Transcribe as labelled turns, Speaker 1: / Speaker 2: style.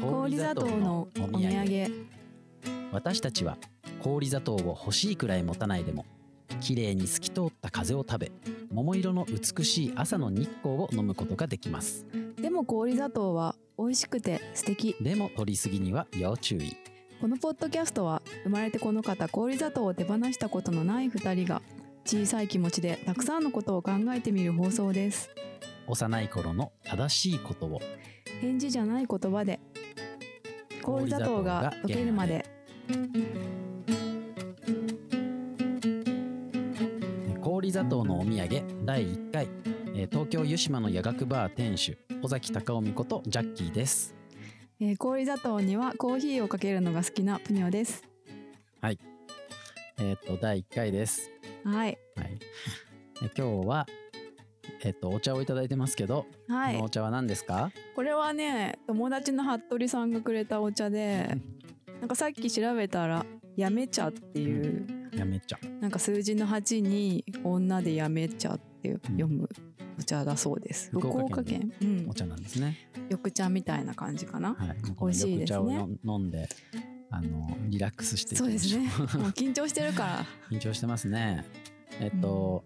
Speaker 1: 氷砂糖のお土産
Speaker 2: 私たちは氷砂糖を欲しいくらい持たないでも綺麗に透き通った風を食べ桃色の美しい朝の日光を飲むことができます
Speaker 1: でも氷砂糖は美味しくて素敵
Speaker 2: でも取りすぎには要注意
Speaker 1: このポッドキャストは生まれてこの方氷砂糖を手放したことのない2人が小さい気持ちでたくさんのことを考えてみる放送です
Speaker 2: 幼い頃の正しいことを
Speaker 1: 返事じゃない言葉で氷砂糖が溶けるまで
Speaker 2: 氷砂糖のお土産第1回えー東京湯島の夜学バー店主尾崎隆臣ことジャッキーです
Speaker 1: えー氷砂糖にはコーヒーをかけるのが好きなプニョです
Speaker 2: えっ、と第1回です
Speaker 1: はい
Speaker 2: はいえ今日はえっ、とお茶をいただいてますけど、
Speaker 1: は
Speaker 2: この
Speaker 1: い
Speaker 2: お茶は何ですか
Speaker 1: これはね友達の服部さんがくれたお茶 でなんかさっき調べたら「やめ茶」っていう
Speaker 2: やめ茶
Speaker 1: なんか数字の8に女でやめちゃって読むお茶だそうです。
Speaker 2: 福
Speaker 1: 福
Speaker 2: 岡
Speaker 1: 岡県、う
Speaker 2: お
Speaker 1: ん、
Speaker 2: 茶なんですね
Speaker 1: 緑茶みたいな感じかな。
Speaker 2: はいこの
Speaker 1: 美味しい
Speaker 2: 緑
Speaker 1: ですね
Speaker 2: 茶をよ飲んであのリラックスしていき
Speaker 1: そ
Speaker 2: ま
Speaker 1: う
Speaker 2: しょ
Speaker 1: ですね。もう緊張してるから。
Speaker 2: 緊張してますねえっと、